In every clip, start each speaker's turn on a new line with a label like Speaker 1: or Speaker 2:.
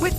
Speaker 1: With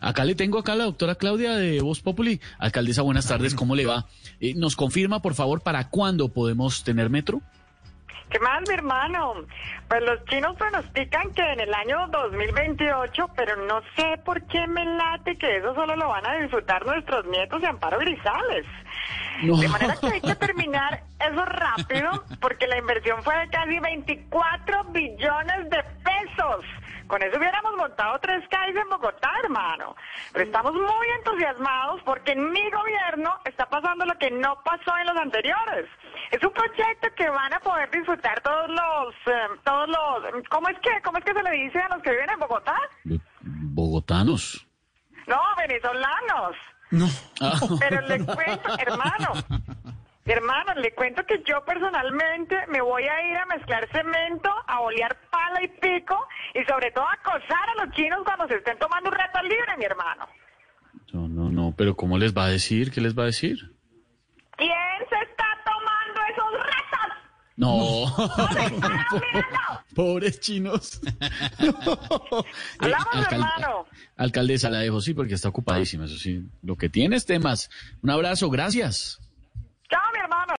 Speaker 2: Acá le tengo acá a la doctora Claudia de Voz Populi. Alcaldesa, buenas tardes, ¿cómo le va? Eh, ¿Nos confirma, por favor, para cuándo podemos tener metro?
Speaker 3: ¿Qué más, mi hermano? Pues los chinos pronostican que en el año 2028, pero no sé por qué me late que eso solo lo van a disfrutar nuestros nietos de Amparo Grisales.
Speaker 2: No.
Speaker 3: De manera que hay que terminar eso rápido, porque la inversión fue de casi 24 billones de pesos. Con eso hubiéramos montado tres calles en Bogotá, hermano. Pero estamos muy entusiasmados porque en mi gobierno está pasando lo que no pasó en los anteriores. Es un proyecto que van a poder disfrutar todos los, eh, todos los, ¿cómo es que, cómo es que se le dice a los que viven en Bogotá?
Speaker 2: Eh, Bogotanos.
Speaker 3: No, venezolanos.
Speaker 2: No.
Speaker 3: Pero le cuento, hermano. Hermano, le cuento que yo personalmente me voy a ir a mezclar cemento, a bolear pala y pico y sobre todo a acosar a los chinos cuando se estén tomando un rato libre, mi hermano.
Speaker 2: No, no, no, pero ¿cómo les va a decir? ¿Qué les va a decir?
Speaker 3: ¿Quién se está tomando esos ratos? ¡Ah,
Speaker 2: No.
Speaker 3: ¡Están mirando!
Speaker 2: Pobres chinos. Eh,
Speaker 3: Hablamos, hermano.
Speaker 2: Alcaldesa, la dejo, sí, porque está ocupadísima, eso sí. Lo que tiene es temas. Un abrazo, gracias.